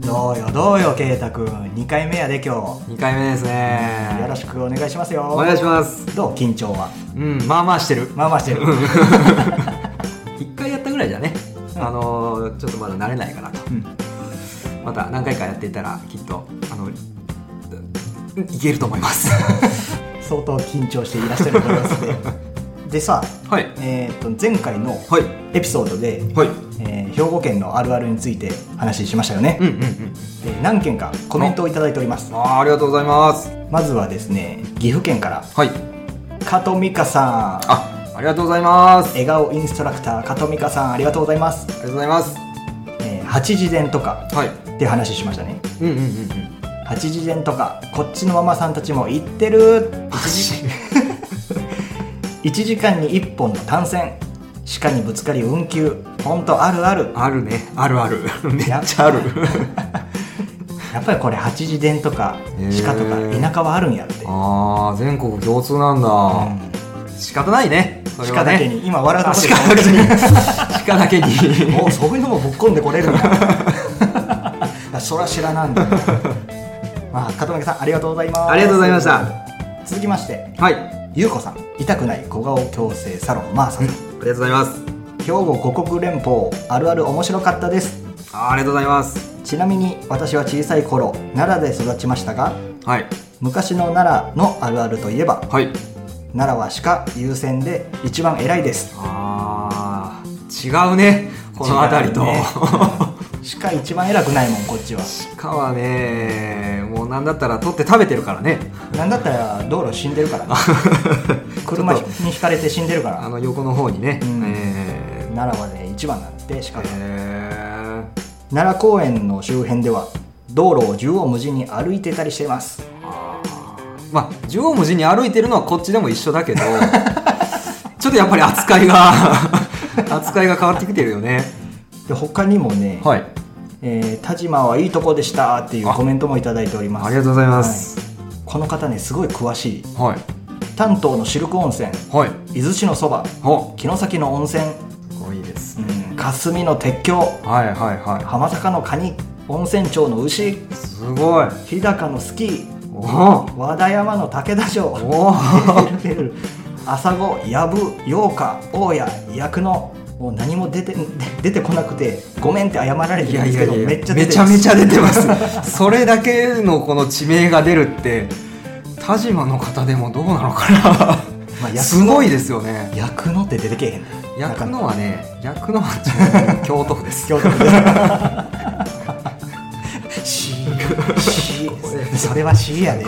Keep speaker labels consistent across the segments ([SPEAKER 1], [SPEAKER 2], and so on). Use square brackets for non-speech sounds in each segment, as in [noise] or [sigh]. [SPEAKER 1] どうよ圭太くん2回目やで今
[SPEAKER 2] 2回目ですね
[SPEAKER 1] 日よろしくお願いしますよ
[SPEAKER 2] お願いします
[SPEAKER 1] どう緊張は
[SPEAKER 2] うんまあまあしてる
[SPEAKER 1] まあまあ
[SPEAKER 2] [laughs]
[SPEAKER 1] してる
[SPEAKER 2] 1回やったぐらいじゃね、あのーちょっとまだ慣れないかなと
[SPEAKER 1] うん
[SPEAKER 2] また何回かやっていたらきっとあのうんいけると思います [laughs]
[SPEAKER 1] 相当緊張していらっしゃると思いますねでさ、
[SPEAKER 2] はい
[SPEAKER 1] えー、と前回の
[SPEAKER 2] はい
[SPEAKER 1] エピソードで、
[SPEAKER 2] はい
[SPEAKER 1] えー兵庫県のあるあるについて話しましたよね
[SPEAKER 2] うん、うんうん
[SPEAKER 1] で何件かコメントをいただいております
[SPEAKER 2] あーありがとうございます
[SPEAKER 1] まずはですね岐阜県から
[SPEAKER 2] はい
[SPEAKER 1] 加藤美香さん
[SPEAKER 2] あありがとうございますあり
[SPEAKER 1] 笑顔インストラクター加藤美香さんありがとうございます、
[SPEAKER 2] がとうございます
[SPEAKER 1] えー八時伝とか
[SPEAKER 2] はい
[SPEAKER 1] って話しましたね
[SPEAKER 2] うんうんうんうん
[SPEAKER 1] 八時伝とかこっちのママさんたちも言ってる1時間に1本の単線鹿にぶつかり運休ほんとあるある
[SPEAKER 2] あるねあるあるめっちゃある
[SPEAKER 1] やっぱりこれ八時伝とか
[SPEAKER 2] へー
[SPEAKER 1] 鹿とか田舎はあるんやって、
[SPEAKER 2] あー全国共通なんだ、仕方ないねそれ
[SPEAKER 1] 鹿
[SPEAKER 2] はね
[SPEAKER 1] だけに今笑うと
[SPEAKER 2] あ
[SPEAKER 1] こ
[SPEAKER 2] 鹿だけに鹿だけ
[SPEAKER 1] [laughs]
[SPEAKER 2] [laughs] に
[SPEAKER 1] もうそういうのもぶっこんでこれるんだ [laughs] そら知らなんだよまあ加藤美さんありがとうございます
[SPEAKER 2] ありがとうございました
[SPEAKER 1] 続きまして
[SPEAKER 2] はいあ
[SPEAKER 1] ゆうこさん痛くない小顔矯正サロンマーサさん
[SPEAKER 2] りがとうございます
[SPEAKER 1] 兵庫五国連邦あるある面白かったです
[SPEAKER 2] あーありがとうございます
[SPEAKER 1] ちなみに私は小さい頃奈良で育ちましたが
[SPEAKER 2] はい
[SPEAKER 1] 昔の奈良のあるあるといえば
[SPEAKER 2] はい
[SPEAKER 1] 奈良は鹿優先で一番偉いです
[SPEAKER 2] あー違うねこの辺りと、
[SPEAKER 1] 違うね [laughs] 鹿一番偉くないもんこっちは
[SPEAKER 2] 鹿はねもうなんだったら取って食べてるからね
[SPEAKER 1] なんだったら道路死んでるから
[SPEAKER 2] [laughs]
[SPEAKER 1] ね車にひかれて死んでるから
[SPEAKER 2] あの横の方にね、
[SPEAKER 1] うん
[SPEAKER 2] え
[SPEAKER 1] 奈良はね一番なんて鹿
[SPEAKER 2] ー
[SPEAKER 1] が、
[SPEAKER 2] え
[SPEAKER 1] 奈良公園の周辺では道路を縦横無尽に歩いてたりしています
[SPEAKER 2] ーあーまあ縦横無尽に歩いてるのはこっちでも一緒 [laughs] だけどちょっとやっぱり扱いが扱いが変わってきてるよね
[SPEAKER 1] で他にもね、
[SPEAKER 2] はい
[SPEAKER 1] えー田島はいいとこでした」っていう
[SPEAKER 2] あ
[SPEAKER 1] コメントもいただいております
[SPEAKER 2] ありがとうございます、
[SPEAKER 1] はいこの方ねすごい詳しい
[SPEAKER 2] はい
[SPEAKER 1] 丹東のシルク温泉
[SPEAKER 2] はい
[SPEAKER 1] 伊豆市のそば
[SPEAKER 2] お
[SPEAKER 1] 城崎の温泉、
[SPEAKER 2] これいいです
[SPEAKER 1] うん、霞の鉄橋
[SPEAKER 2] はいはいは
[SPEAKER 1] 浜坂のカニ温泉町の牛
[SPEAKER 2] いすごい
[SPEAKER 1] 日高のスキー
[SPEAKER 2] おお
[SPEAKER 1] 和田山の武田城
[SPEAKER 2] お
[SPEAKER 1] 出る [laughs] 朝子藪陽花大家役のもう何も出て出てこなくてごめんって謝られ
[SPEAKER 2] ー
[SPEAKER 1] て
[SPEAKER 2] い
[SPEAKER 1] るん
[SPEAKER 2] や
[SPEAKER 1] で
[SPEAKER 2] い
[SPEAKER 1] すけ
[SPEAKER 2] や
[SPEAKER 1] ど
[SPEAKER 2] いや
[SPEAKER 1] めっちゃ出
[SPEAKER 2] め
[SPEAKER 1] て
[SPEAKER 2] ちゃめちゃ出てます [laughs] それだけのこの地名が出るって田島の方でもどうなの [laughs] か
[SPEAKER 1] まあ
[SPEAKER 2] な
[SPEAKER 1] 役
[SPEAKER 2] すごいですよね
[SPEAKER 1] [laughs] 役のって出てけえへんね
[SPEAKER 2] 役のはね役のはちなみに [laughs] 京都府です
[SPEAKER 1] 京都です。ししそれはしやで。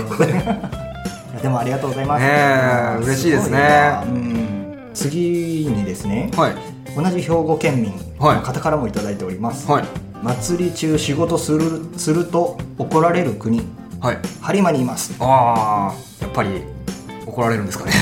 [SPEAKER 1] でもありがとうございます。
[SPEAKER 2] ねえ嬉しいですね
[SPEAKER 1] ごなうん次にですね、
[SPEAKER 2] はい
[SPEAKER 1] 同じ兵庫県民
[SPEAKER 2] はい
[SPEAKER 1] の方からもいただいております。
[SPEAKER 2] はい
[SPEAKER 1] 祭り中仕事するすると怒られる国
[SPEAKER 2] はい
[SPEAKER 1] 播磨にいます。
[SPEAKER 2] ああやっぱり怒られるんですか [laughs] ね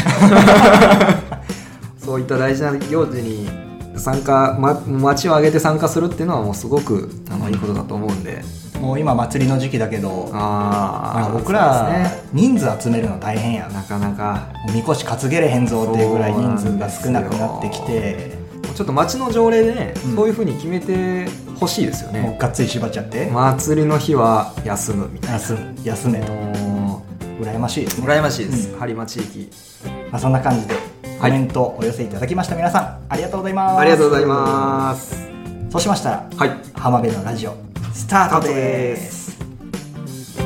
[SPEAKER 2] そういった大事な行事に参加、ま、町を挙げて参加するっていうのはもうすごくあのいいことだと思うんで
[SPEAKER 1] もう今祭りの時期だけど、
[SPEAKER 2] あ
[SPEAKER 1] あ
[SPEAKER 2] あ
[SPEAKER 1] の僕ら人数集めるの大変やな。
[SPEAKER 2] なかなか
[SPEAKER 1] みこし担げれへんぞっていうぐらい人数が少なくなってき
[SPEAKER 2] そうなん
[SPEAKER 1] て。
[SPEAKER 2] ちょっと町の条例でね、
[SPEAKER 1] うん
[SPEAKER 2] そういうふうに決めてほしいですよ
[SPEAKER 1] もう
[SPEAKER 2] ね
[SPEAKER 1] がっつり縛っちゃって、
[SPEAKER 2] 祭りの日は休むみたい
[SPEAKER 1] 休休め
[SPEAKER 2] な
[SPEAKER 1] と
[SPEAKER 2] も
[SPEAKER 1] 羨ましいです
[SPEAKER 2] う
[SPEAKER 1] ね
[SPEAKER 2] 羨ましいです、
[SPEAKER 1] うん
[SPEAKER 2] 播磨地域
[SPEAKER 1] まあ、そんな感じでコ
[SPEAKER 2] はい
[SPEAKER 1] メントをお寄せいただきました、皆さんありがとうございます
[SPEAKER 2] ありがとうございます
[SPEAKER 1] すそうしましたら
[SPEAKER 2] はい
[SPEAKER 1] 浜辺のラジオスタートで
[SPEAKER 2] ス
[SPEAKER 1] す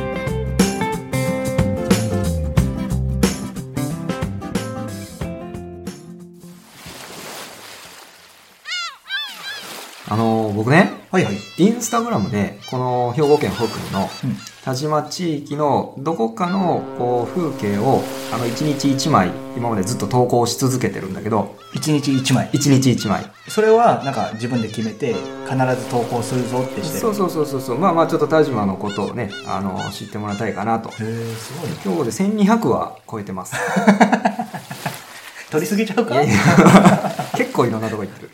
[SPEAKER 2] あのー僕ね
[SPEAKER 1] はいはい、
[SPEAKER 2] インスタグラムでこの兵庫県北部の
[SPEAKER 1] うん
[SPEAKER 2] 田島地域のどこかのこう風景をあの1日1枚今までずっと投稿し続けてるんだけど
[SPEAKER 1] 一日一枚
[SPEAKER 2] 1日1枚
[SPEAKER 1] それはなんか自分で決めて必ず投稿するぞってしてる
[SPEAKER 2] そうそうそうそうそうまあまあちょっと田島のことをねあの知ってもらいたいかなと
[SPEAKER 1] へえすごいな
[SPEAKER 2] 今日で1200は超えて
[SPEAKER 1] [laughs]
[SPEAKER 2] ます
[SPEAKER 1] 取りすぎちゃう
[SPEAKER 2] い
[SPEAKER 1] か
[SPEAKER 2] やいや結構いろんなとこ行ってる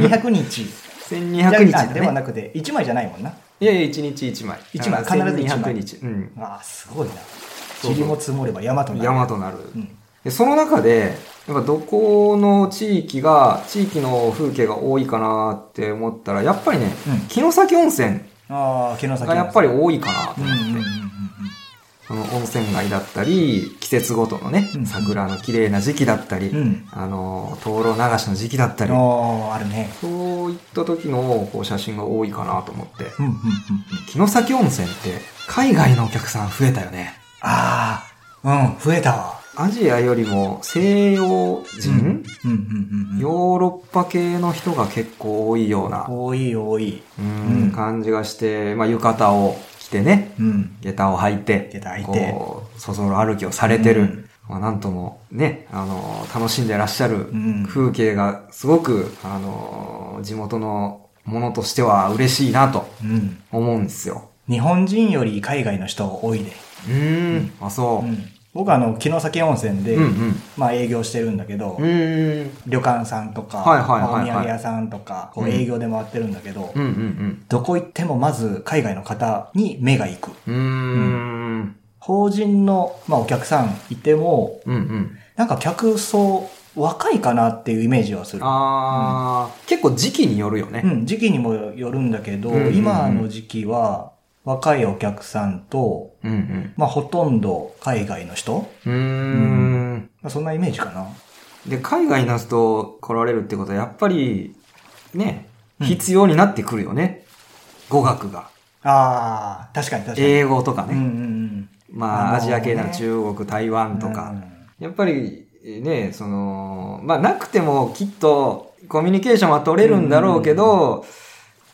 [SPEAKER 1] 1200日
[SPEAKER 2] 1200日
[SPEAKER 1] あ
[SPEAKER 2] だ
[SPEAKER 1] では
[SPEAKER 2] ね
[SPEAKER 1] なくて1枚じゃないもんない
[SPEAKER 2] やいや1日1枚
[SPEAKER 1] 一枚
[SPEAKER 2] だから
[SPEAKER 1] 必ず一枚
[SPEAKER 2] 1200日うん
[SPEAKER 1] あーすごいな
[SPEAKER 2] そう
[SPEAKER 1] 塵も積もれば山となる
[SPEAKER 2] 山となる、
[SPEAKER 1] うん
[SPEAKER 2] でその中でやっぱどこの地域が地域の風景が多いかなって思ったらやっぱりね、
[SPEAKER 1] うん
[SPEAKER 2] 城崎温泉
[SPEAKER 1] ああ城崎
[SPEAKER 2] がやっぱり多いかなと
[SPEAKER 1] うん
[SPEAKER 2] 思
[SPEAKER 1] うんうんうんう
[SPEAKER 2] っ
[SPEAKER 1] ん
[SPEAKER 2] て、その温泉街だったり季節ごとのね
[SPEAKER 1] うん
[SPEAKER 2] 桜の綺麗な時期だったり、
[SPEAKER 1] うん
[SPEAKER 2] あの灯籠流しの時期だったり
[SPEAKER 1] あああるね
[SPEAKER 2] そういった時のこう写真が多いかなと思って
[SPEAKER 1] うんうんうんうん
[SPEAKER 2] 城崎温泉って海外のお客さん増えたよね
[SPEAKER 1] ああうん増えたわ
[SPEAKER 2] アジアよりも西洋人、
[SPEAKER 1] うんうんうんうん
[SPEAKER 2] ヨーロッパ系の人が結構多いような、
[SPEAKER 1] 多い多い
[SPEAKER 2] うん
[SPEAKER 1] うん
[SPEAKER 2] 感じがして、まあ、浴衣を着てね、
[SPEAKER 1] うん
[SPEAKER 2] 下駄を履いて、
[SPEAKER 1] 下駄履いて
[SPEAKER 2] こう、そぞろ歩きをされてる、
[SPEAKER 1] うん
[SPEAKER 2] まあ、なんともね、あの、楽しんでらっしゃる
[SPEAKER 1] うん
[SPEAKER 2] 風景がすごく、あの、地元のものとしては嬉しいなと
[SPEAKER 1] うん
[SPEAKER 2] 思うんですよ。
[SPEAKER 1] 日本人より海外の人多いで、
[SPEAKER 2] うーん、あ、そうう。
[SPEAKER 1] ん、僕あの城崎温泉で、
[SPEAKER 2] うん、うん、
[SPEAKER 1] まあ営業してるんだけど、
[SPEAKER 2] うーん。
[SPEAKER 1] 旅館さんとか、
[SPEAKER 2] はいはいはいはい
[SPEAKER 1] お土産屋さんとか、こう
[SPEAKER 2] うん
[SPEAKER 1] 営業で回ってるんだけど、
[SPEAKER 2] うん、うん、
[SPEAKER 1] どこ行ってもまず海外の方に目が行く。
[SPEAKER 2] うん。うーん。
[SPEAKER 1] 法人の、まあ、お客さんいても、
[SPEAKER 2] うん、うん。
[SPEAKER 1] なんか客層若いかなっていうイメージはする。
[SPEAKER 2] あー、結構時期によるよね。
[SPEAKER 1] うん、時期にもよるんだけど、
[SPEAKER 2] うんうんうん
[SPEAKER 1] 今の時期は若いお客さんと、
[SPEAKER 2] うん、うん。
[SPEAKER 1] まあ、ほとんど海外の人
[SPEAKER 2] うーん。
[SPEAKER 1] まあそんなイメージかな。
[SPEAKER 2] で、海外の人来られるってことは、やっぱり、ね、
[SPEAKER 1] うん
[SPEAKER 2] 必要になってくるよね。語学が。
[SPEAKER 1] ああ、確かに確かに。
[SPEAKER 2] 英語とか
[SPEAKER 1] うんう
[SPEAKER 2] ね。
[SPEAKER 1] ん
[SPEAKER 2] ま
[SPEAKER 1] な
[SPEAKER 2] あ、
[SPEAKER 1] る
[SPEAKER 2] ア
[SPEAKER 1] ほ
[SPEAKER 2] ジ
[SPEAKER 1] どね
[SPEAKER 2] ア系なら中国、台
[SPEAKER 1] うん。
[SPEAKER 2] 湾とか。やっぱり、ね、その、まあ、なくてもきっとコミュニケーションは取れるんだろうけど、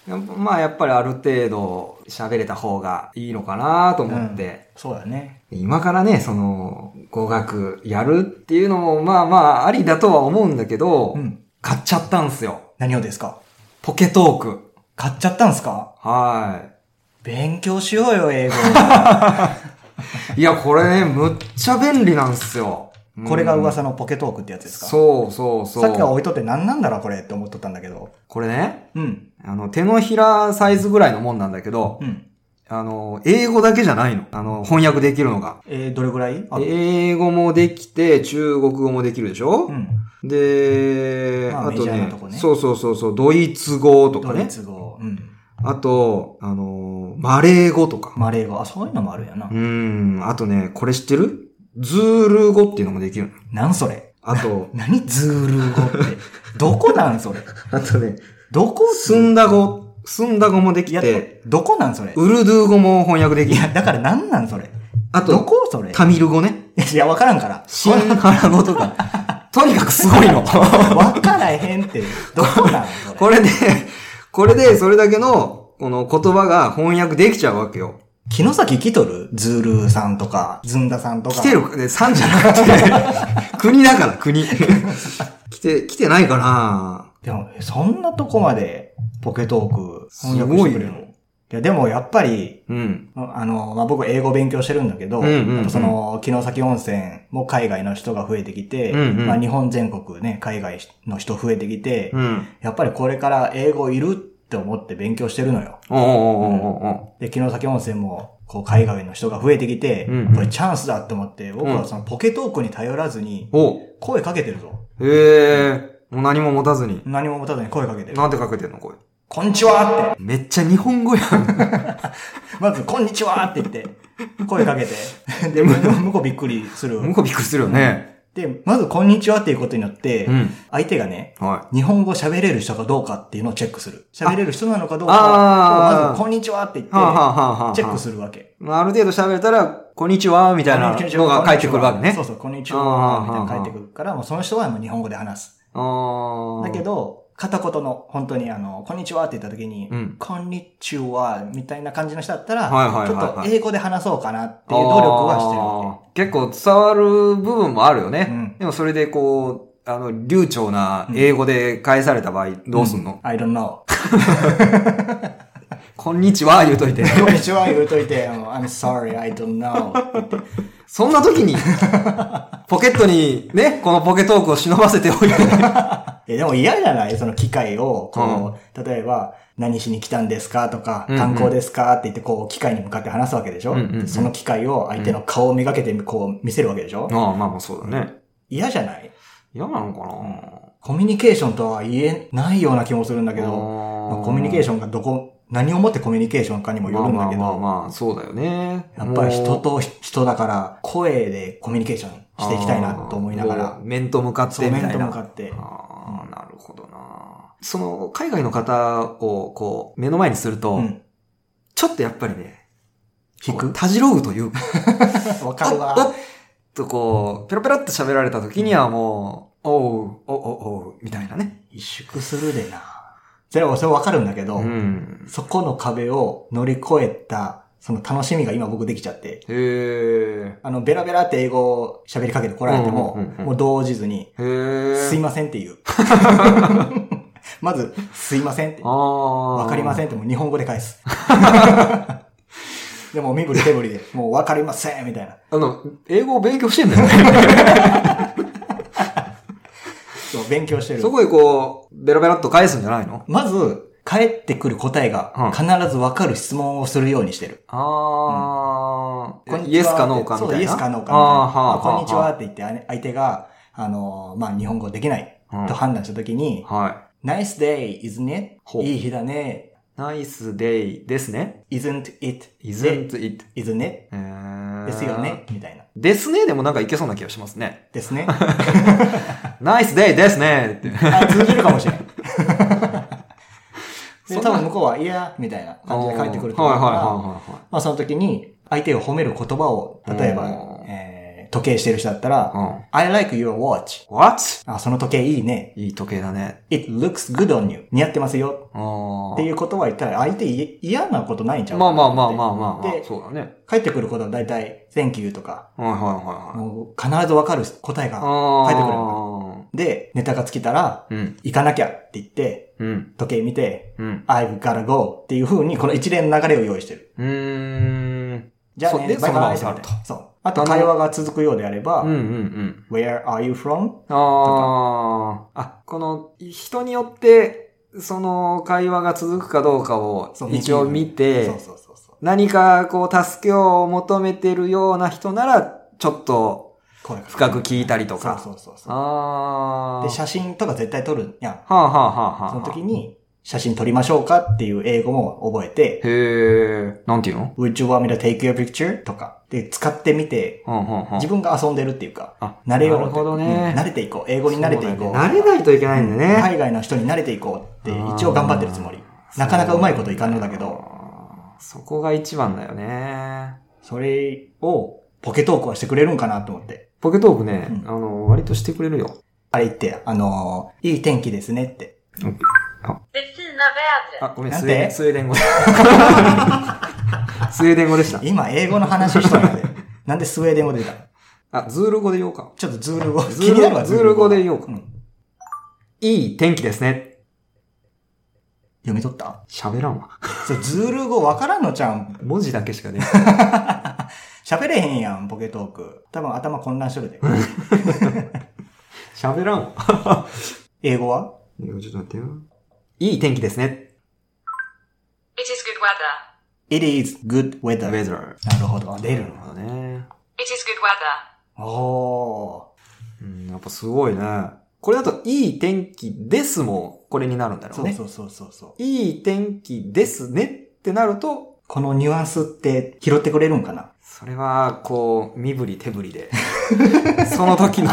[SPEAKER 2] やっぱまあ、やっぱりある程度喋れた方がいいのかなと
[SPEAKER 1] うん。
[SPEAKER 2] 思っ
[SPEAKER 1] うん
[SPEAKER 2] て。
[SPEAKER 1] そうだね。
[SPEAKER 2] 今からね、その、語学やるっていうのも、まあまあ、ありだとは思うんだけど、
[SPEAKER 1] うん。
[SPEAKER 2] 買っちゃったんすよ。
[SPEAKER 1] 何をですか
[SPEAKER 2] ポケトーク。
[SPEAKER 1] 買っちゃったんすか
[SPEAKER 2] は
[SPEAKER 1] 勉強しようよ、英語。
[SPEAKER 2] い。いや、
[SPEAKER 1] [laughs]
[SPEAKER 2] これね、むっちゃ便利なんすよ。うん
[SPEAKER 1] これが噂のポケトークってやつですか
[SPEAKER 2] そうそうそう。
[SPEAKER 1] さっきから置いとって何なんだろうこれって思っとったんだけど。
[SPEAKER 2] これね、
[SPEAKER 1] うん。
[SPEAKER 2] あの、手のひらサイズぐらいのもんなんだけど、
[SPEAKER 1] うん。
[SPEAKER 2] あの、英語だけじゃないの。あの、翻訳できるのが。
[SPEAKER 1] えー、どれぐらいあ
[SPEAKER 2] 英語もできて、中国語もできるでしょ、
[SPEAKER 1] うん。
[SPEAKER 2] で、
[SPEAKER 1] まあ
[SPEAKER 2] あ、と
[SPEAKER 1] メジャー
[SPEAKER 2] ね
[SPEAKER 1] なとこね
[SPEAKER 2] そうそうそうそう、ドイツ語とか
[SPEAKER 1] ド
[SPEAKER 2] ね
[SPEAKER 1] イ。ツ語。うん。
[SPEAKER 2] あと、あのーマレー語とか。
[SPEAKER 1] マレー語。あ、そういうのもあるんやな
[SPEAKER 2] う。ん、あとね、これ知ってるズール語っていうのもできるの。
[SPEAKER 1] なんそれ、
[SPEAKER 2] あと
[SPEAKER 1] [laughs] 何ズール語って。どこなんそれ
[SPEAKER 2] あとね、
[SPEAKER 1] どこ
[SPEAKER 2] スンダ語、スンダ語もで
[SPEAKER 1] い
[SPEAKER 2] き
[SPEAKER 1] や
[SPEAKER 2] て、、
[SPEAKER 1] どこなんそれ
[SPEAKER 2] ウルドゥー語も翻訳で
[SPEAKER 1] い
[SPEAKER 2] きる。
[SPEAKER 1] や、だから何なんそれ
[SPEAKER 2] あ
[SPEAKER 1] ど
[SPEAKER 2] と、
[SPEAKER 1] こそれ
[SPEAKER 2] タミル語ね。
[SPEAKER 1] いや、わからんから。
[SPEAKER 2] シンハラ語
[SPEAKER 1] [laughs]
[SPEAKER 2] とか。とにかくすごいの。
[SPEAKER 1] わからへんって。どこなんそれ
[SPEAKER 2] これで、これでそれだけの、この言葉が翻訳できちゃうわけよ。
[SPEAKER 1] 木崎来とるズールさんとか、ズンダさんとか。
[SPEAKER 2] 来てる、で、さんじゃなく
[SPEAKER 1] [laughs]
[SPEAKER 2] て、国だから、国。来て、来てないかな
[SPEAKER 1] でも、えそんなとこまでポケトーク翻訳してくれる
[SPEAKER 2] す
[SPEAKER 1] の
[SPEAKER 2] ご
[SPEAKER 1] いや、でもやっぱり、
[SPEAKER 2] うん。
[SPEAKER 1] あの、まあ、僕英語勉強してるんだけど、
[SPEAKER 2] うんうんうん
[SPEAKER 1] やっぱその、城崎温泉も海外の人が増えてきて、
[SPEAKER 2] うんうん
[SPEAKER 1] まあ、日本全国ね、海外の人増えてきて、
[SPEAKER 2] うん。
[SPEAKER 1] やっぱりこれから英語いるって思って勉強してるのよ。
[SPEAKER 2] おうおうおうおうお
[SPEAKER 1] で、城崎温泉も、こう、海外の人が増えてきて、
[SPEAKER 2] うんうん
[SPEAKER 1] これチャンスだって思って、僕はそのポケトークに頼らずに、
[SPEAKER 2] う。お
[SPEAKER 1] 声かけてるぞ。
[SPEAKER 2] へえ。もう何も持たずに。
[SPEAKER 1] 何も持たずに声かけてる。
[SPEAKER 2] なんてかけてんのこれ。
[SPEAKER 1] こんにちはって。
[SPEAKER 2] めっちゃ日本 [laughs] 語やん。
[SPEAKER 1] まず、こんにちはって言って、声かけ
[SPEAKER 2] [laughs]
[SPEAKER 1] て。で、向こうびっくりする。
[SPEAKER 2] 向こうびっくりするよね。
[SPEAKER 1] で、まず、こんにちはっていうことによって、
[SPEAKER 2] うん。
[SPEAKER 1] 相手がね、
[SPEAKER 2] は
[SPEAKER 1] 日本語喋れる人かどうかっていうのをチェックする。喋れる人なのかどう
[SPEAKER 2] あ
[SPEAKER 1] か
[SPEAKER 2] あ
[SPEAKER 1] を、まず、こんにちはって言
[SPEAKER 2] い。はあ、は
[SPEAKER 1] っ
[SPEAKER 2] あはあはあ、
[SPEAKER 1] て、チェックするわけ。
[SPEAKER 2] まあある程度喋れたら、こんにちは、みたいな
[SPEAKER 1] こんにち
[SPEAKER 2] の
[SPEAKER 1] は
[SPEAKER 2] が返ってくるわけね
[SPEAKER 1] そう。そう、こんにち
[SPEAKER 2] あ
[SPEAKER 1] は、
[SPEAKER 2] あ
[SPEAKER 1] みたいな返ってくるから、もうその人はもう日本語で話す。
[SPEAKER 2] ああ。
[SPEAKER 1] だけ、ど、片言の、本当にあの、こんにちはって言った時に、
[SPEAKER 2] うん
[SPEAKER 1] こんにちは、みたいな感じの人だったら、
[SPEAKER 2] はいはいはいはい
[SPEAKER 1] ちょっと英語で話そうかなっていう努力はしてるわけ。
[SPEAKER 2] あー結構伝わる部分もあるよね。
[SPEAKER 1] うん
[SPEAKER 2] でもそれでこう、あの、流暢な英語で返された場合、どうすんの、
[SPEAKER 1] ?I don't know.
[SPEAKER 2] こんにちは、言うと
[SPEAKER 1] [laughs]
[SPEAKER 2] いて。
[SPEAKER 1] こんにちは言うといて、あの I'm sorry, I don't know. って言って
[SPEAKER 2] そんな時に、ポケットにね、このポケトークを忍ばせ
[SPEAKER 1] [laughs]
[SPEAKER 2] ておいて。
[SPEAKER 1] えでも嫌じゃないその機会を、こう、例えば、何しに来たんですかとか、
[SPEAKER 2] うんうん
[SPEAKER 1] 観光ですかって言って、こう、機会に向かって話すわけでしょ、
[SPEAKER 2] うんうんうん
[SPEAKER 1] その機会を相手の顔をめがけて、こう、見せるわけでしょ、
[SPEAKER 2] ああ、まあまあそうだね。
[SPEAKER 1] 嫌じゃない
[SPEAKER 2] 嫌なのか
[SPEAKER 1] コミュニケーションとは言えないような気もするんだ
[SPEAKER 2] な
[SPEAKER 1] けど、まあ
[SPEAKER 2] ど
[SPEAKER 1] コミュニケー
[SPEAKER 2] シ
[SPEAKER 1] ションがどこ何をもってコミュニケーションかにもよるんだけど、
[SPEAKER 2] まあまあまあまあ、そうだよね。
[SPEAKER 1] やっぱり人
[SPEAKER 2] もう
[SPEAKER 1] と人だから、声でコミュニケーションしていきたいなと思いなが
[SPEAKER 2] あー
[SPEAKER 1] ら
[SPEAKER 2] もう、面と向かっ
[SPEAKER 1] そ
[SPEAKER 2] て
[SPEAKER 1] う、
[SPEAKER 2] みたい
[SPEAKER 1] 面
[SPEAKER 2] な。
[SPEAKER 1] と向かって。
[SPEAKER 2] ああ、なるほどな。その、海外の方を、こう、目の前にすると、
[SPEAKER 1] うん。
[SPEAKER 2] ちょっとやっぱりね、
[SPEAKER 1] 引
[SPEAKER 2] こ
[SPEAKER 1] く
[SPEAKER 2] うたじろぐというか、
[SPEAKER 1] [laughs] わか
[SPEAKER 2] あ
[SPEAKER 1] る
[SPEAKER 2] [laughs] っ、
[SPEAKER 1] わ
[SPEAKER 2] あ。っとこう、ペロペロっと喋られた時にはもう、おう、おう、おう、おう、みたいなね。
[SPEAKER 1] 萎縮するでな。それは、それわかるんだけど、
[SPEAKER 2] ん。
[SPEAKER 1] そこの壁を乗り越えた、その楽しみが今僕できちゃって、
[SPEAKER 2] へえ。
[SPEAKER 1] あの、ベラベラって英語を喋りかけてこられても、
[SPEAKER 2] うんうんうんうん
[SPEAKER 1] もう動じずに、
[SPEAKER 2] へえ。
[SPEAKER 1] すいませんって言
[SPEAKER 2] [laughs]
[SPEAKER 1] う。まず、すいませんって
[SPEAKER 2] あ。あ。
[SPEAKER 1] わかりませ
[SPEAKER 2] ん。
[SPEAKER 1] んってもう日本語で返
[SPEAKER 2] [laughs]
[SPEAKER 1] す。でも身振り手振りで、もうわかりませんみたいな。
[SPEAKER 2] あの、英語を勉強してんだよね。
[SPEAKER 1] そう、勉強してる
[SPEAKER 2] そ。こでこう、ベラベラっと返すんじゃないの
[SPEAKER 1] まず、返ってくる答えが必ずわかる質問をするようにしてる。
[SPEAKER 2] ああ、
[SPEAKER 1] こんにちは
[SPEAKER 2] イエスかノーかみたいな。
[SPEAKER 1] そう、イエスかノーかみたいな。あこんにちはって言って、あ相手が、あのー、まあ、日本語できない
[SPEAKER 2] は
[SPEAKER 1] と判断したときに、
[SPEAKER 2] は
[SPEAKER 1] nice day, isn't it?
[SPEAKER 2] ほう
[SPEAKER 1] いい日だね。
[SPEAKER 2] い。ナイスデイですね。
[SPEAKER 1] isn't it?
[SPEAKER 2] isn't it.
[SPEAKER 1] isn't it?
[SPEAKER 2] えー
[SPEAKER 1] ですよね。みたいな。
[SPEAKER 2] ですねでもなんかいけそうな気がしますね。
[SPEAKER 1] ですね。
[SPEAKER 2] ナイスデイですねって。
[SPEAKER 1] あ通じるかもしれ
[SPEAKER 2] [laughs]
[SPEAKER 1] ない。で、
[SPEAKER 2] そんな
[SPEAKER 1] 多分向こうは、いや、みたいな感じで返ってくると思
[SPEAKER 2] はいうは
[SPEAKER 1] か
[SPEAKER 2] い
[SPEAKER 1] ら
[SPEAKER 2] はいはい
[SPEAKER 1] まあその時に、相手を褒める言葉を、例えば
[SPEAKER 2] う、ん
[SPEAKER 1] えー時計してる人だったら、
[SPEAKER 2] はい。
[SPEAKER 1] I like your watch.
[SPEAKER 2] うん。What?
[SPEAKER 1] あ、その時計いいね。
[SPEAKER 2] いい時計だね。
[SPEAKER 1] It looks good on you. 似合ってますよ。
[SPEAKER 2] あー
[SPEAKER 1] っていうことは言ったら、相手い嫌なことないんちゃう
[SPEAKER 2] まあまあまあまあまあまあ
[SPEAKER 1] で、
[SPEAKER 2] そうだね。
[SPEAKER 1] 返ってくることは大体、thank you とか、
[SPEAKER 2] はいはいはいはい。
[SPEAKER 1] もう必ずわかる答えが。
[SPEAKER 2] あ
[SPEAKER 1] 帰ってくる
[SPEAKER 2] る
[SPEAKER 1] で、ネタが尽きたら、
[SPEAKER 2] うん。
[SPEAKER 1] 行かなきゃって言って、
[SPEAKER 2] うん。
[SPEAKER 1] 時計見て、
[SPEAKER 2] うん。
[SPEAKER 1] I've gotta go っていう風に、この一連の流れを用意してる。
[SPEAKER 2] うーん。
[SPEAKER 1] じゃあね、
[SPEAKER 2] そうで
[SPEAKER 1] バイバイ
[SPEAKER 2] その場を去ると
[SPEAKER 1] そう。あと会話が続くようであれば、
[SPEAKER 2] うんうんうん。
[SPEAKER 1] Where are you from?
[SPEAKER 2] ああ。あ、この、人によって、その会話が続くかどうかを
[SPEAKER 1] そう
[SPEAKER 2] 一応見
[SPEAKER 1] そう
[SPEAKER 2] て、
[SPEAKER 1] そうそうそう。
[SPEAKER 2] 何かこう助けを求めてるような人なら、ちょっと
[SPEAKER 1] 声が
[SPEAKER 2] 深く聞いたりとか。
[SPEAKER 1] そうそうそうそう。
[SPEAKER 2] ああ。
[SPEAKER 1] で、写真とか絶対撮るやん。
[SPEAKER 2] はあはあはあはあ。
[SPEAKER 1] その時に、写真撮りましょうかっていう英語も覚えて、
[SPEAKER 2] へえ、なんていうの
[SPEAKER 1] Would you want me to take your picture? とか。で、使ってみて、
[SPEAKER 2] はんはんはん
[SPEAKER 1] 自分が遊んでるっていうか、
[SPEAKER 2] あ
[SPEAKER 1] 慣れよう
[SPEAKER 2] な
[SPEAKER 1] っ
[SPEAKER 2] る
[SPEAKER 1] て
[SPEAKER 2] ほどね。
[SPEAKER 1] うん慣れていこう。英語に慣れていこう。
[SPEAKER 2] そうだね慣れないといけないんだね。
[SPEAKER 1] うん海外の人に慣れていこうって、一応頑張ってるつもり。なかなかうまいこといかんのだけど、
[SPEAKER 2] そこが一番だよね。
[SPEAKER 1] それを、ポケトークはしてくれるんかなと思って。
[SPEAKER 2] ポケトークね、
[SPEAKER 1] うん
[SPEAKER 2] あの、割としてくれるよ。
[SPEAKER 1] あれ言って、あのー、いい天気ですねって。
[SPEAKER 3] Det fina vädret.
[SPEAKER 2] あ、ごめん、
[SPEAKER 1] なん
[SPEAKER 2] ス
[SPEAKER 1] て
[SPEAKER 2] ウェーデン、スウェー
[SPEAKER 1] [laughs]
[SPEAKER 2] デン語。スウェーデン語でした。
[SPEAKER 1] 今、英語の話した
[SPEAKER 2] [laughs]
[SPEAKER 1] ので、なんでスウェーデン語で出たの
[SPEAKER 2] あ、ズール語で言おうか。
[SPEAKER 1] ちょっとズール語。
[SPEAKER 2] ズー
[SPEAKER 1] 気
[SPEAKER 2] ル語
[SPEAKER 1] になるわ
[SPEAKER 2] ズール語で言おうか
[SPEAKER 1] ん
[SPEAKER 2] いい天気ですね。
[SPEAKER 1] 読み取った
[SPEAKER 2] 喋らんわ。
[SPEAKER 1] それズール語わからんのちゃうん。
[SPEAKER 2] 文字だけし
[SPEAKER 1] [laughs]
[SPEAKER 2] かね。
[SPEAKER 1] 喋れへんやん、ポケトーク。多分頭混乱しと
[SPEAKER 2] [laughs]
[SPEAKER 1] るで。
[SPEAKER 2] 喋らんわ。
[SPEAKER 1] 英語は
[SPEAKER 2] ちょっと待ってよ。いい天気ですね。
[SPEAKER 3] It is good weather.
[SPEAKER 1] It is good weather.
[SPEAKER 2] weather。
[SPEAKER 1] なるほど。出る
[SPEAKER 2] なるほどね。
[SPEAKER 3] It is good weather.
[SPEAKER 1] の。お
[SPEAKER 2] うん、やっぱすごいね。これだと、いい天気ですも、これになるん
[SPEAKER 1] ー。
[SPEAKER 2] だろう
[SPEAKER 1] そう
[SPEAKER 2] ね。
[SPEAKER 1] そうそうそうそう。
[SPEAKER 2] いい天気ですねってなると、
[SPEAKER 1] このニュアンスって拾ってくれるんかな
[SPEAKER 2] それは、こう、身振り手振
[SPEAKER 1] [laughs]
[SPEAKER 2] りで。その時の、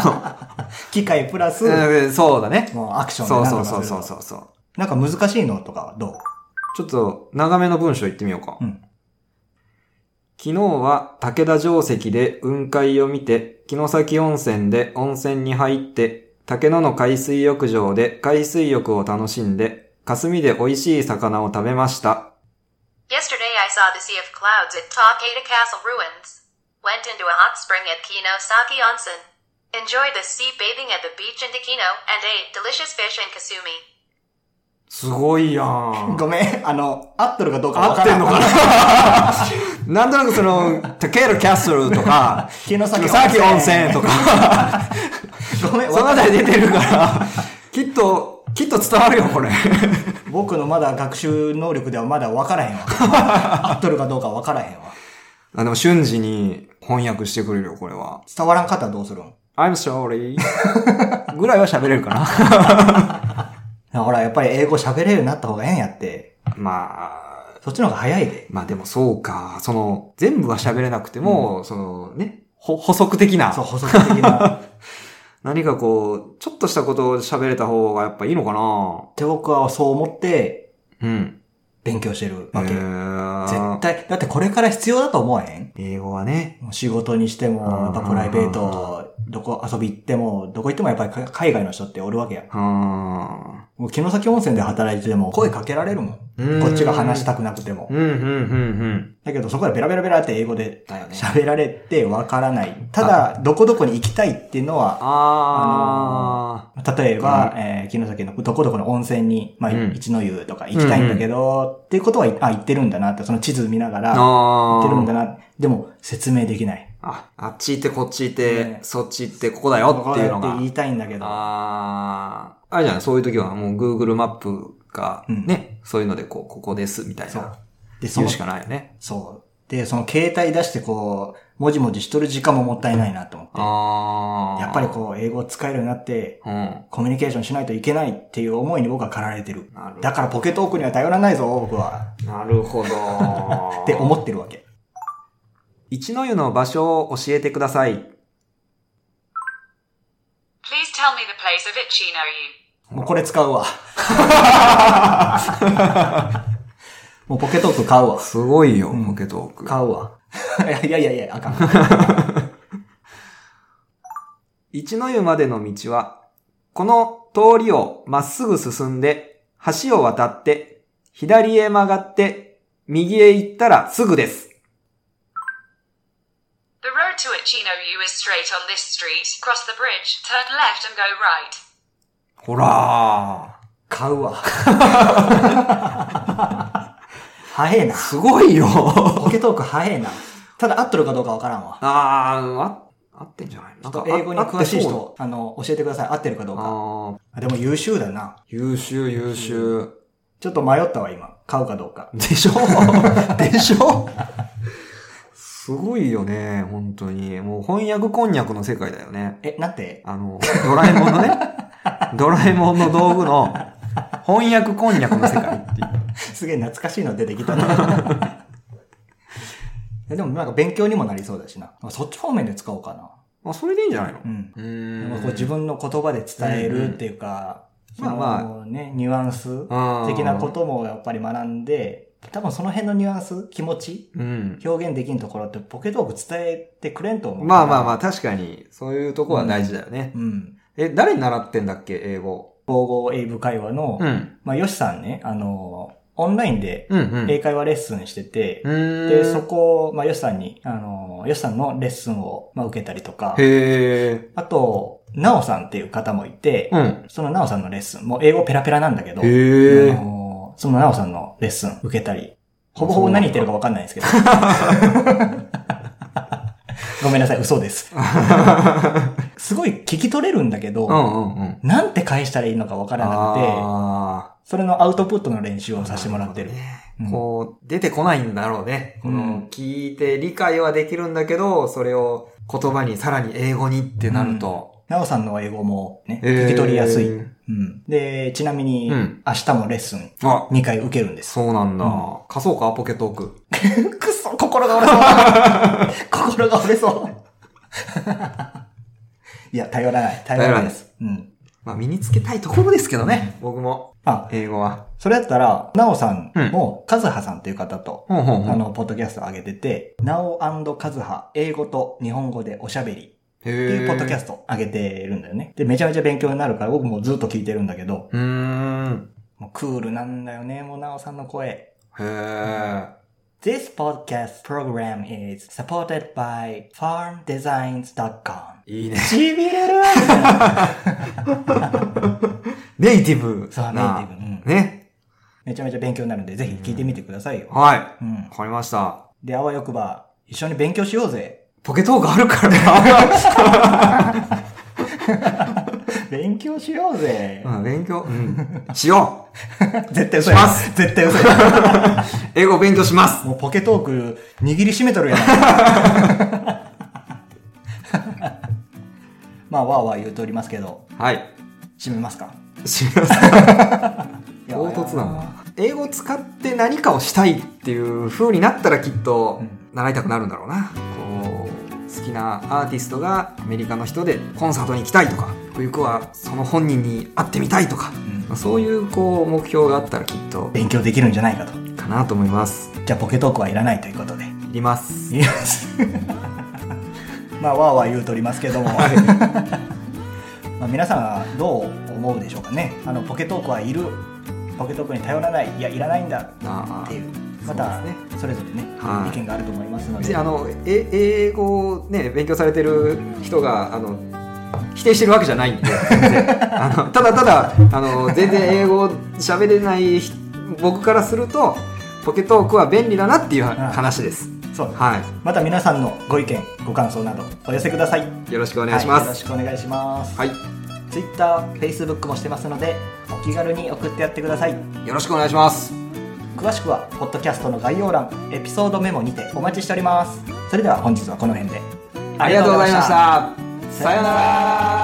[SPEAKER 1] 機械プラス、
[SPEAKER 2] うんそうだね。
[SPEAKER 1] もうアクションで
[SPEAKER 2] そう
[SPEAKER 1] なん
[SPEAKER 2] そ
[SPEAKER 1] と
[SPEAKER 2] う
[SPEAKER 1] かす
[SPEAKER 2] そ
[SPEAKER 1] る
[SPEAKER 2] う
[SPEAKER 1] と
[SPEAKER 2] そうそうそう。
[SPEAKER 1] なんか難しいのとかはどう
[SPEAKER 2] ちょっと、長めの文章言ってみようか。
[SPEAKER 1] うん
[SPEAKER 2] 昨日は武田城跡で雲海を見て、城崎温泉で温泉に入って、竹野の海水浴場で海水浴を楽しんで、霞で美味しい魚を食べました。
[SPEAKER 3] Yesterday I saw the sea of clouds at Takeda Castle ruins. Went into a hot spring at Kinosaki Onsen. Enjoyed the sea bathing at the beach in Takino and ate delicious fish in Kasumi.
[SPEAKER 2] すごいやん。
[SPEAKER 1] ごめん、あの、合っとるかどうかわ
[SPEAKER 2] [laughs] 合
[SPEAKER 1] か
[SPEAKER 2] って
[SPEAKER 1] ら
[SPEAKER 2] ん
[SPEAKER 1] ん。
[SPEAKER 2] のかな [laughs] なんとなくその、竹野キャッスルと [laughs] か、
[SPEAKER 1] 木の先
[SPEAKER 2] さっき温泉と [laughs] か、
[SPEAKER 1] ごめん、
[SPEAKER 2] そのあたり出てるから、きっと、きっと伝わるよ、これ。
[SPEAKER 1] 僕のまだ学習能力ではまだ分からへ
[SPEAKER 2] [laughs]
[SPEAKER 1] んわ。合っとるかどうか分からへんわ。
[SPEAKER 2] あ、でも瞬時に翻訳してくれるよ、これは。
[SPEAKER 1] 伝わらんかったらどうするん
[SPEAKER 2] I'm
[SPEAKER 1] [laughs]
[SPEAKER 2] sorry. ぐらいは喋れるかな。
[SPEAKER 1] ほら、やっぱり英語喋れるようになった方がええんやって。
[SPEAKER 2] [laughs] まあ、
[SPEAKER 1] そっちの方が早いで。
[SPEAKER 2] まあでもそうか。その、全部は喋れなくても、そのね、ほ補足的な
[SPEAKER 1] そう、、補足的
[SPEAKER 2] [laughs]
[SPEAKER 1] な。っ
[SPEAKER 2] 何かこう、ちょっとしたことを喋れた方がやっぱいいのか
[SPEAKER 1] て僕はそう思って
[SPEAKER 2] なうん。
[SPEAKER 1] 勉強してるわけ。
[SPEAKER 2] へー
[SPEAKER 1] 絶。対、だってこれから必要だと思わへん
[SPEAKER 2] 英語はね。
[SPEAKER 1] もう仕事にしても、やっぱプライベート、どこ遊び行っても、どこ行ってもやっぱりか海外の人っておるわけや。
[SPEAKER 2] うん。
[SPEAKER 1] もう城崎温泉で働いてても声かけられるもん。
[SPEAKER 2] うん
[SPEAKER 1] こっちが話したくなくても
[SPEAKER 2] う。ん、うん、うん、
[SPEAKER 1] だけどそこでベラベラベラって英語で
[SPEAKER 2] だよね
[SPEAKER 1] 喋られてわからない。ただ、どこどこに行きたいっていうの
[SPEAKER 2] あ
[SPEAKER 1] は、
[SPEAKER 2] あ
[SPEAKER 1] 例えば、
[SPEAKER 2] う
[SPEAKER 1] えー、城崎のどこどこの温泉に、まあ、
[SPEAKER 2] うん
[SPEAKER 1] 一の湯とか行きたいんだけど、っていうことは、あ、行ってるんだなって、その地図見なが
[SPEAKER 2] ー。
[SPEAKER 1] ら、行
[SPEAKER 2] あ
[SPEAKER 1] ってるんだ
[SPEAKER 2] ー
[SPEAKER 1] な。でも、説明できない。
[SPEAKER 2] あ、あっち行ってこっち行って、
[SPEAKER 1] ね
[SPEAKER 2] そっち行ってここだよっていうの
[SPEAKER 1] ここだ
[SPEAKER 2] が
[SPEAKER 1] って。言いたいんだけど。
[SPEAKER 2] ああ、あれじゃない、そういう時はもう Google マップが
[SPEAKER 1] うん
[SPEAKER 2] ね、そういうのでこう、ここですみたい
[SPEAKER 1] そう
[SPEAKER 2] な。。
[SPEAKER 1] で、そ
[SPEAKER 2] 言う
[SPEAKER 1] の
[SPEAKER 2] し、かないよね。
[SPEAKER 1] そう。で、その携帯出してこう、もじもじしとる時間ももったいないなと思っ
[SPEAKER 2] あ
[SPEAKER 1] て。
[SPEAKER 2] あ。
[SPEAKER 1] やっぱりこう、英語を使えるようになって、
[SPEAKER 2] う。うん。
[SPEAKER 1] コミュニケーションしないといけないっていう思いに僕は駆られてる。
[SPEAKER 2] なる
[SPEAKER 1] だからポケトークには頼らないぞ、僕は。
[SPEAKER 2] なるほど。
[SPEAKER 1] [laughs] って思ってるわけ。
[SPEAKER 2] 一の湯の場所を教えてください。
[SPEAKER 3] Please tell me the place of Ichinoyu.
[SPEAKER 1] もうこれ使
[SPEAKER 2] [laughs]
[SPEAKER 1] うわ。もうポケトーク買うわ。
[SPEAKER 2] すごいよ、
[SPEAKER 1] うん
[SPEAKER 2] ポケトーク。
[SPEAKER 1] 買うわ。 [laughs] いやいやいや、あかん。
[SPEAKER 2] 一の湯までの道は、この通りをまっすぐ進んで、橋を渡って、左へ曲がって、右へ行ったらすぐです。
[SPEAKER 3] The road to Ichinoyu is straight on this street. Cross the bridge, turn left and go right.
[SPEAKER 2] ほら
[SPEAKER 1] 買うわ。 [laughs] 早えな
[SPEAKER 2] ー。。すごいよ。 [laughs]
[SPEAKER 1] ポケトーク早えな。ただ合っとるかどうかわからんわ。
[SPEAKER 2] あー、あ、合ってんじゃないな
[SPEAKER 1] あ
[SPEAKER 2] んか
[SPEAKER 1] と英語に詳しい。
[SPEAKER 2] あ合ってそう
[SPEAKER 1] 人、あの、教えてください。合ってるかどうか。
[SPEAKER 2] あー
[SPEAKER 1] あでも優秀だな。
[SPEAKER 2] 優秀優秀。
[SPEAKER 1] ちょっと迷ったわ、今。買うかどうか。
[SPEAKER 2] でしょ [laughs] でしょすごいよね、本当に。もう翻訳こんにゃくの世界だよね。
[SPEAKER 1] え、なんて
[SPEAKER 2] あの、ドラえもん
[SPEAKER 1] [laughs]
[SPEAKER 2] のね、ドラえもんの道具の翻訳こんにゃくの世界っていう。
[SPEAKER 1] すげえ懐かしいの出てきたな。 [laughs] えでもなんか勉強にもなりそうだしな。そっち方面で使おうかな。
[SPEAKER 2] まあ、それでいいんじゃないの
[SPEAKER 1] うん。
[SPEAKER 2] う
[SPEAKER 1] で
[SPEAKER 2] ー
[SPEAKER 1] も
[SPEAKER 2] ん。
[SPEAKER 1] こう自分の言葉で伝えるっていうか、
[SPEAKER 2] うんうんまあ
[SPEAKER 1] そのね、ニュアンス
[SPEAKER 2] うん
[SPEAKER 1] 的なこともやっぱり学んで、多分その辺のニュアンス、気持ち、
[SPEAKER 2] うん。
[SPEAKER 1] 表現できんところってポケトーク伝えてくれんと思う。
[SPEAKER 2] まあまあま
[SPEAKER 1] あ。
[SPEAKER 2] あ、確かに、そういうとこは大事だよね。
[SPEAKER 1] うん。
[SPEAKER 2] え、誰に習ってんだっけ、英語。
[SPEAKER 1] 統合英語会話の、
[SPEAKER 2] うん。
[SPEAKER 1] まあ、ヨシさんね、あの、オンラインで
[SPEAKER 2] うんうん。
[SPEAKER 1] 英会話レッスンしてて、
[SPEAKER 2] うーん。
[SPEAKER 1] で、そこを、まあ、ヨシさんに、あの、ヨシさんのレッスンを、まあ、受けたりとか、
[SPEAKER 2] へえ。
[SPEAKER 1] あと、ナオさんっていう方もいて、
[SPEAKER 2] うん。
[SPEAKER 1] そのナオさんのレッスン、もう英語ペラペラなんだけど、
[SPEAKER 2] へ
[SPEAKER 1] あ
[SPEAKER 2] え。
[SPEAKER 1] のそのナオさんのレッスン受けたり、ほぼほぼ何言ってるかわかんないんですけど。ごめんなさい、嘘です。すごい聞き取れるんだけど、
[SPEAKER 2] うんうんうん。
[SPEAKER 1] なんて返したらいいのかわからなくて、
[SPEAKER 2] あ
[SPEAKER 1] それのアウトプットの練習を
[SPEAKER 2] ー
[SPEAKER 1] させてもらってる。
[SPEAKER 2] なほど
[SPEAKER 1] う
[SPEAKER 2] ね
[SPEAKER 1] ん
[SPEAKER 2] こう、出てこないんだろうね。こ
[SPEAKER 1] うん
[SPEAKER 2] の、聞いて理解はできるんだけど、それを言葉にさらに英語にってなると。
[SPEAKER 1] なおさんの英語もね、
[SPEAKER 2] えー
[SPEAKER 1] 聞き取りやすい。うん、で、ちなみに、
[SPEAKER 2] うん
[SPEAKER 1] 明日もレッスン
[SPEAKER 2] あ、
[SPEAKER 1] 2回受けるん
[SPEAKER 2] [laughs]
[SPEAKER 1] です。
[SPEAKER 2] そうなんだ
[SPEAKER 1] うん。
[SPEAKER 2] 貸そうか、ポケトーク。
[SPEAKER 1] [laughs] くそ、心が折れそう。心が折れ [laughs] そう。いや、頼らない。頼らないです。うん。
[SPEAKER 2] まあ、身につけたいところですけどね。僕も、
[SPEAKER 1] あ、
[SPEAKER 2] 英語は。
[SPEAKER 1] それだったら、なおさんも、かずはさんという方と、
[SPEAKER 2] ほうほう
[SPEAKER 1] あ
[SPEAKER 2] ほう。
[SPEAKER 1] の、ポッドキャストを上げてて、なおかずは、英語と日本語でおしゃべりっ
[SPEAKER 2] て
[SPEAKER 1] ていうポッドキャ
[SPEAKER 2] ス
[SPEAKER 1] ストを上げてるんだよね。で、めちゃめちゃ勉強になるから、僕もずっと聞いてるんだけど、
[SPEAKER 2] ト。うーん。
[SPEAKER 1] もうクールなんだよね、もうなおさんの声。
[SPEAKER 2] へえ。
[SPEAKER 1] This podcast program is supported by farmdesigns.com.
[SPEAKER 2] いいね。
[SPEAKER 1] しびれる
[SPEAKER 2] ネイティブ。
[SPEAKER 1] そう、ネイテ
[SPEAKER 2] な
[SPEAKER 1] ィブ。うん
[SPEAKER 2] ね。
[SPEAKER 1] めちゃめちゃ勉強になるんで、ぜひ聞いてみてくださいよ。
[SPEAKER 2] はい。
[SPEAKER 1] うん
[SPEAKER 2] わ。かりました。
[SPEAKER 1] で、あわよくば、一緒に勉強しようぜ。
[SPEAKER 2] ポケトークあるから [laughs] な。
[SPEAKER 1] 勉強しようぜ。
[SPEAKER 2] うん勉強、うん。しよう
[SPEAKER 1] 絶対嘘や
[SPEAKER 2] します。
[SPEAKER 1] 絶対嘘や。
[SPEAKER 2] 英語勉強しま
[SPEAKER 1] [laughs]
[SPEAKER 2] す
[SPEAKER 1] もうポケトーク握りしめとるやん。 [laughs] まあ、わーわー言うておりますけど、
[SPEAKER 2] はい。
[SPEAKER 1] 閉めますか
[SPEAKER 2] すみません。
[SPEAKER 1] いや
[SPEAKER 2] 唐突だな。英語を使って何かをしたいっていう風になったらきっと
[SPEAKER 1] うん
[SPEAKER 2] 習いたくなるんだろうな。こう、好きなアーティストがアメリカの人でコンサートに行きたいとか、ゆくはその本人に会ってみたいとか、まあそういうこう目標があったらきっと
[SPEAKER 1] 勉強できるんじゃないかと
[SPEAKER 2] かなと思います。
[SPEAKER 1] じゃあポケトークはいらないということで
[SPEAKER 2] いります。
[SPEAKER 1] いや [laughs] まあわーわー言うとりますけ [laughs] ども、 [laughs] まあ皆さんはどう思うでしょうかねあのポケトークはいるポケトークに頼らないいやいらないんだ
[SPEAKER 2] あ
[SPEAKER 1] ってい
[SPEAKER 2] ー
[SPEAKER 1] うまた
[SPEAKER 2] そうで
[SPEAKER 1] それぞれね、
[SPEAKER 2] はい
[SPEAKER 1] 意見があると思いますので
[SPEAKER 2] であのえ英語をね勉強されてる人があの否定してるわけじゃないんであのただただあの全然英語喋れない人僕からするとポケトークは便利だなっていう話です。
[SPEAKER 1] そう
[SPEAKER 2] は
[SPEAKER 1] また皆さんのご意見ご感想などお寄せください
[SPEAKER 2] い、よろしくお願いしま
[SPEAKER 1] はいよろし
[SPEAKER 2] す。
[SPEAKER 1] くお願いします、
[SPEAKER 2] はい、
[SPEAKER 1] Twitter、Facebook もしてますのでお気軽に送ってやってください
[SPEAKER 2] よろしくお願いします。
[SPEAKER 1] 詳しくはポッドキャストの概要欄エピソードメモにてお待ちしておりますそれでは本日はこの辺で
[SPEAKER 2] ありがとうございました。
[SPEAKER 1] た
[SPEAKER 2] さようなら。